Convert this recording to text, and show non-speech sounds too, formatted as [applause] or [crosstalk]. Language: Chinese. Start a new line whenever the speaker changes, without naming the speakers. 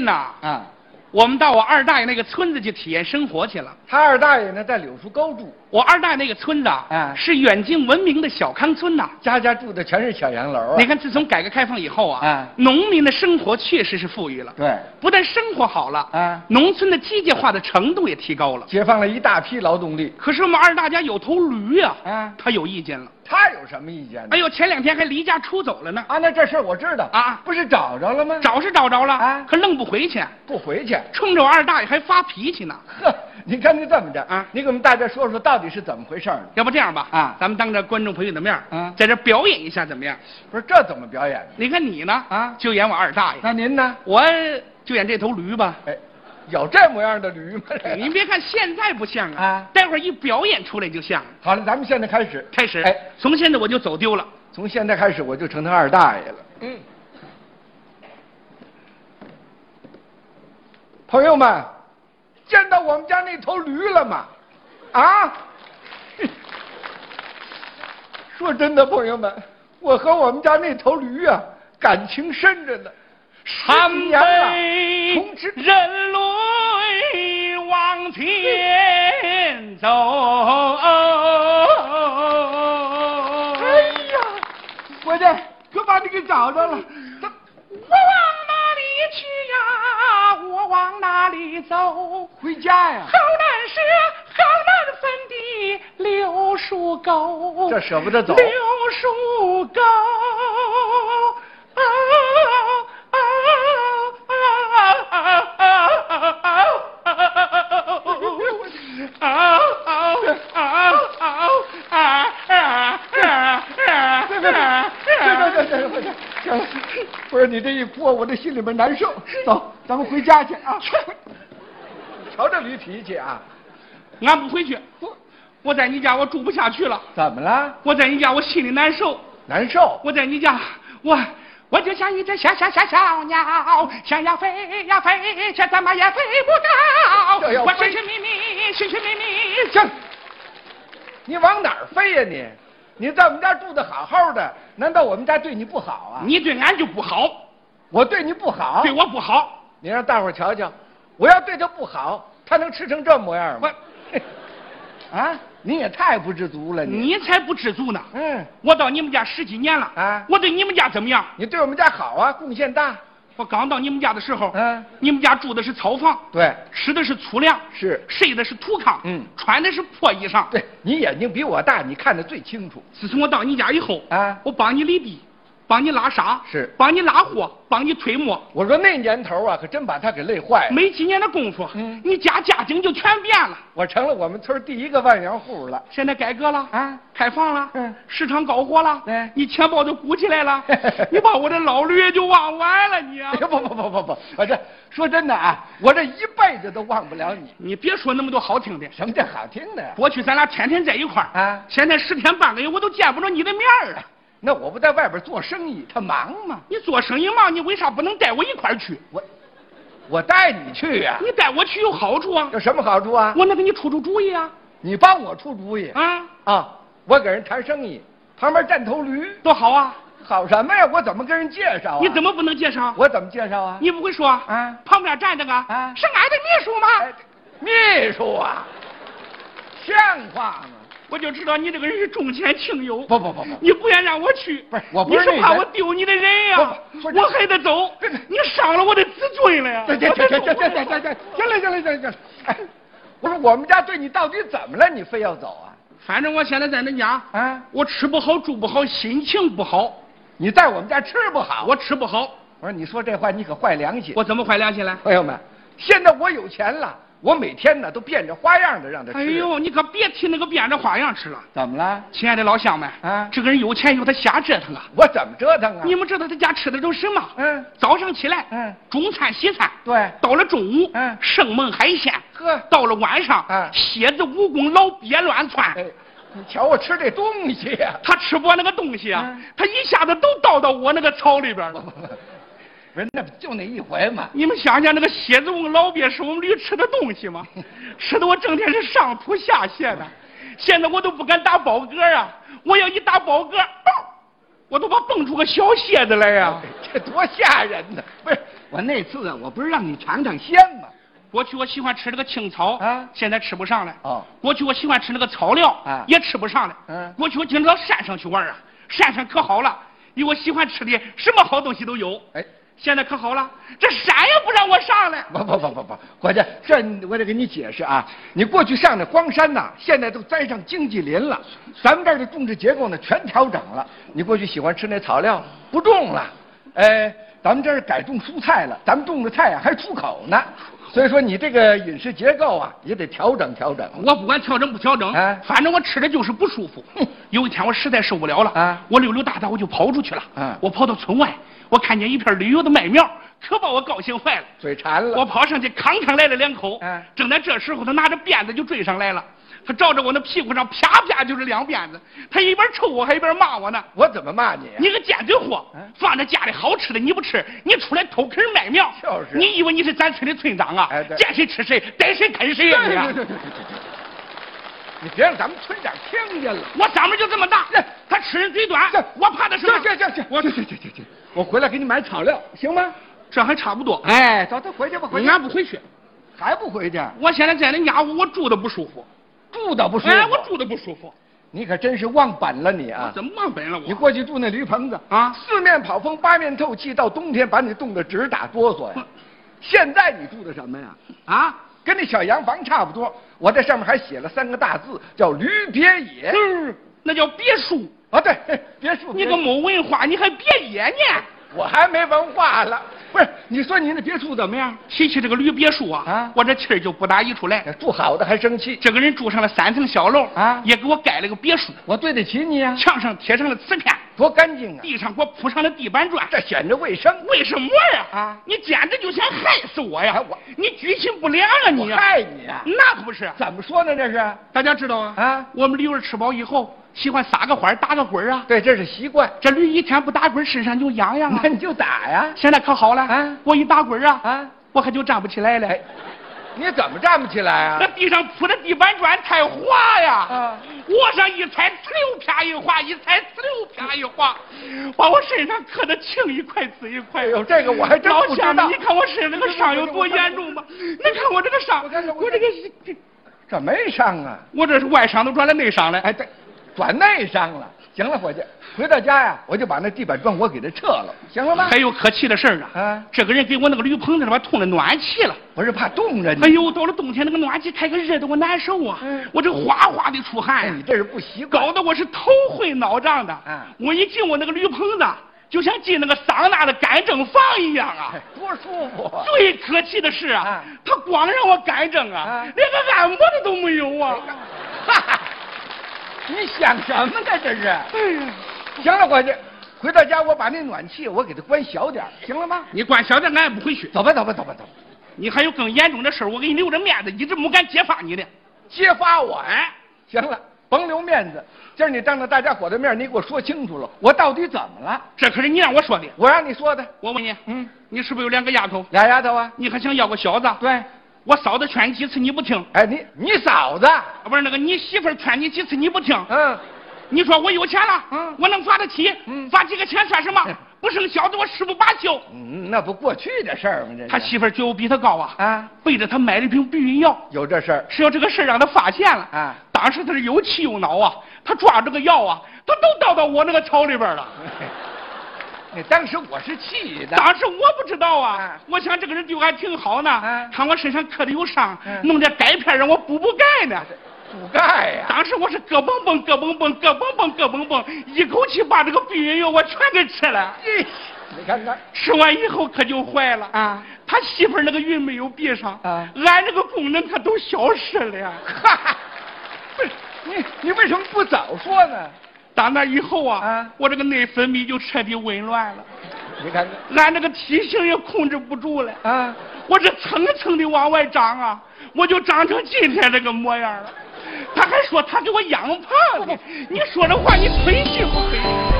呐，
啊，
我们到我二大爷那个村子去体验生活去了。
他二大爷呢在柳树沟住，
我二大爷那个村子啊
啊，
是远近闻名的小康村呐。
家家住的全是小洋楼啊。
你看，自从改革开放以后啊
啊，
农民的生活确实是富裕了，
对，
不但生活好了，
啊
农村的机械化的程度也提高了。
解放了一大批劳动力，
可是我们二大家有头驴呀、
啊
他有意见了。
他有什么意见呢？
哎呦，前两天还离家出走了呢，
啊，那这事儿我知道
啊
不是找着了吗？
找是找着了，
啊
可愣不回去，
不回去。
冲着我二大爷还发脾气呢。
呵，你看就这么着
啊
你给我们大家说说到底是怎么回事儿呢？
要不这样吧，
啊
咱们当着观众朋友的面儿，
啊
在这表演一下怎么样？
不是这怎么表演呢？
你看你呢，
啊
就演我二大爷，
那您呢？
我就演这头驴吧。
哎，有这模样的驴吗？这个
您别看现在不像哎啊，
啊
待会儿一表演出来就像了。
[laughs] 好了，咱们现在开始。
开始，
哎，
从现在我就走丢了。
从现在开始我就成他二大爷了。
嗯，
朋友们，见到我们家那头驴了吗？啊？说真的，朋友们，我和我们家那头驴啊，感情深着呢。十
寒
几
啊
年了
北
同志
人类往前走。
哎呀，我这可把你给找着了。怎
我往哪里去呀？我往哪里走？好
回家呀？
难舍，好难分的柳树沟。
这舍不得走
柳树沟。啊啊啊啊啊啊
别别别！别别别别别！行了，不是你这一哭，我这心里边难受。走，咱们回家去啊！瞧这驴脾气啊！
俺不回去，我在你家我住不下去了。
怎么了？
我在你家我心里难受，
难受？
我在你家我我就像一只小小小小鸟，想要飞呀飞，却怎么也飞不
这
高。
要
我
飞
寻寻觅觅，寻寻觅觅，
行，你往哪儿飞呀、你？你在我们家住的好好的，难道我们家对你不好啊？
你对俺就不好，
我对你不好
对？我不好。
你让大伙儿瞧瞧，我要对他不好，他能吃成这模样吗？啊，你也太不知足了你。
你才不知足呢！
嗯，
我到你们家十几年了，
啊
我对你们家怎么样？
你对我们家好啊，贡献大。
我刚到你们家的时候，
嗯
你们家住的是草房，
对，
吃的是粗粮，
是
睡的是土炕，
嗯
穿的是破衣裳。
对你眼睛比我大，你看得最清楚。
自从我到你家以后，
啊
我帮你犁地，帮你拉沙，
是
帮你拉货，帮你推磨。
我说那年头啊，可真把他给累坏了。
没几年的功夫，
哎嗯
你家家境就全变了。
我成了我们村第一个万元户了。
现在改革了
啊
开放了，
嗯
市场搞活了，
对
你钱包就鼓起来了，你把我这老驴就忘完了你啊
哎！呦不不不不不，我这说真的啊，我这一辈子都忘不了你。
你别说那么多好听的，
什么叫好听的呀？
过去咱俩天天在一块儿，
啊
现在十天半个月我都见不着你的面儿了。
那我不在外边做生意，他忙吗？
你做生意嘛，你为啥不能带我一块儿去？
我，我带你去呀、
你带我去有好处啊
有，什么好处啊？
我能给你出出主意啊！
你帮我出主意
啊，
啊！我给人谈生意，旁边站头驴，
多好啊！
好什么呀？我怎么跟人介绍啊？
你怎？么不能介绍？
我怎么介绍啊？
你不会说
啊
旁边站着个
啊
是俺的秘书吗
哎？秘书啊，像话吗？
我就知道你这个人是重钱轻友。
不不不不
你不愿让我去，
不是我不是
你是
那
怕
个
我丢你的人呀？
不不不是
我还得走
这这，
你伤了我的自尊了呀！
对对
我
对
得
对
走
对对对对，行了行了行了行了。哎，我说我们家对你到底怎么了？你非要走啊？
反正我现在在恁家，
啊，
我吃不好，住不好，心情不好，
你在我们家吃不好。
我吃不好，
我说你说这话你可坏良心。
我怎么坏良心了？
朋友们，现在我有钱了，我每天呢都变着花样的让他吃。
哎，呦，你可别提那个变着花样吃了，
怎么了？
亲爱的老乡们，
啊
这个人有钱以后他瞎折腾啊！
我怎么折腾啊？
你们知道他家吃的都什么？
嗯
早上起来，
嗯
中餐西餐，
对
到了中午，
嗯
生猛海鲜，
呵
到了晚上，
嗯
蝎子、蜈蚣、老鳖乱窜，
哎，你瞧我吃这东西呀、 [laughs]
他吃不完那个东西啊，
嗯
他一下子都倒到我那个槽里
[laughs]
边了。
不是那不就那一回吗？
你们想想，那个蝎子翁老鳖是我们驴吃的东西
[laughs]
吗？吃的我整天是上吐下泻的，现在我都不敢打饱嗝啊！我要一打饱嗝，嗷我都怕蹦出个小蝎子来呀、
哎这多吓人呢！不是我那次啊，我不是让你尝尝鲜吗？
过去我喜欢吃那个青草，
啊
现在吃不上了。
哦
过去我喜欢吃那个草料，
啊
也吃不上了。
嗯
过去我经常到山上去玩啊，山上可好了，有我喜欢吃的，什么好东西都有。
哎，
现在可好了，这山也不让我上了。
不不不不不，伙计，这我得给你解释啊！你过去上的荒山呐、现在都栽上经济林了，咱们这儿的种植结构呢全调整了。你过去喜欢吃那草料，不种了，哎，咱们这儿改种蔬菜了，咱们种的菜啊还出口呢。所以说你这个饮食结构啊也得调整调整。
我不管调整不调整，
哎
反正我吃的就是不舒服
哼。
有一天我实在受不了了，
啊
我溜溜达达我就跑出去了。
嗯
我跑到村外，我看见一片绿油的麦苗，可把我高兴坏了。
嘴馋了，
我跑上去扛上来了两口。
嗯
正在这时候，他拿着鞭子就追上来了，他照着我那屁股上啪啪就是两鞭子。他一边抽我还一边骂我呢
我怎么骂你、啊？
你个尖嘴货
嗯！
放着家里好吃的你不吃，你出来偷啃卖苗。
就是
你以为你是咱村的村长啊
哎对？
见谁吃谁，逮谁啃谁呀你啊！
对对对对对对你别让咱们村长听见了。
我嗓门就这么大，他吃人嘴短
这，
我怕的是
这这这这，
我
这这这这这，我回来给你买草料，行吗？
这还差不多。
哎，走，走，回去吧，回
你
去。
俺不回去，
还不回去？
我现在在那家屋，我住的不舒服。
住倒不舒服。
哎，我住的不舒服，
你可真是忘本了你啊！
怎么忘本了
你
我？
过去住那驴棚子
啊
四面跑风，八面透气，到冬天把你冻得直打哆嗦呀。现在你住的什么呀？
啊？
跟那小洋房差不多。我在上面还写了三个大字，叫“驴别野
嗯，那叫别墅。”。
啊，对，嘿别墅。
你
别
个
墅
没文化，你还别野呢？
我还没文化了。不是，你说你那别墅怎么样？
提起这个驴别墅啊，
啊
我这气儿就不打一处来。
住好的还生气，
这个人住上了三层小楼
啊
也给我盖了个别墅，
我对得起你啊！
墙上贴上了瓷片，
多干净啊！
地上给我铺上了地板砖。
这显着卫生。
为什么呀？
啊
你简直就想害死我呀！
哎我
你居心不良啊你！
我害你啊！
那可不是，
怎么说呢？这是
大家知道啊，
啊
我们驴儿吃饱以后喜欢撒个欢儿打个滚儿啊，
对，这是习惯。
这驴一天不打滚儿身上就痒痒啊
那。你就打呀！
现在可好了，
啊
我一打滚儿啊，
啊，
我可就站不起来了。
哎，你怎么站不起来
那
啊？
地上铺的地板砖太滑呀，
啊
往上一踩，呲溜啪一滑，一踩呲溜啪一滑，把我身上磕的青一块紫一块。
哎呦这个我还真
老
不知
乡
道
们你看我身上那个伤有多严重吧？你看我这个伤，
我看看
我
我
这
看
个
看
是，这
这没伤啊！
我这是外伤都转了内伤了。
哎，对，转内伤了。行了，伙计，回到家呀，我就把那地板砖我给它撤了，行了吗
还？有可气的事儿呢，
啊
这个人给我那个驴棚子里边通了暖气了。
不是怕冻着
哎
你，
呦，到了冬天那个暖气开个热的我难受啊，
嗯
我这哗哗的出汗
哎，
呀、
你这是不习惯。
搞得我是头昏脑胀的。
嗯
我一进我那个驴棚子，就像进那个桑拿的干蒸房一样啊
哎。多舒服啊！
最可气的是啊，
嗯
他光让我干蒸啊，
嗯
连个按摩的都没有啊。
哈哈，你想什么呢？这是。
哎呀，
行了，伙计，回到家我把那暖气我给它关小点儿，行了吗？
[laughs] 你管小点，俺也不回去。
走吧，走吧，走吧，走吧。
你还有更严重的事儿我给你留着面子，一直没敢揭发你呢。
揭发我呀！
哎，
行了，甭留面子。今儿你当着大家伙的面，你给我说清楚了，我到底怎么了？
这可是你让我说的。
我让你说的。
我问你，
嗯，
你是不是有两个丫头？
俩丫头啊。
你还想要个小子？
对。
我嫂子劝你几次你不听，
哎，你你嫂子，
啊不是那个你媳妇儿劝你几次你不听，
嗯，
你说我有钱了，
嗯
我能发得起，
嗯
发几个钱算什么
嗯？
不生小子，我誓不罢休。
嗯那不过去的事儿吗？这是
他媳妇儿觉悟比他高啊，
啊，
背着他买了一瓶避孕药，
有这事儿。
是要这个事儿让他发现了
啊 [laughs]
当时他是又气又恼啊，他抓这个药啊，他都倒到我那个草里边了。
你当时我是气的，
当时我不知道啊，
啊
我想这个人对我还挺好呢，
啊
看我身上磕的有伤，
嗯
弄点钙片让我补补钙呢。
补钙呀、
当时我是咯嘣嘣、咯嘣嘣、咯嘣嘣、咯嘣嘣，一口气把这个避孕药我全给吃了。
咦哎你看看，
吃完以后可就坏了
啊！
他媳妇儿那个孕没有闭上
啊
俺这个功能它都消失了呀。
哈哈，不是你你为什么不早说呢？
打那以后啊，
啊
我这个内分泌就彻底紊乱了，
你看看
俺这个体型也控制不住了，
啊，
我这蹭蹭的往外长啊，我就长成今天这个模样了。他还说他给我养胖了，你说这话你亏心不亏心？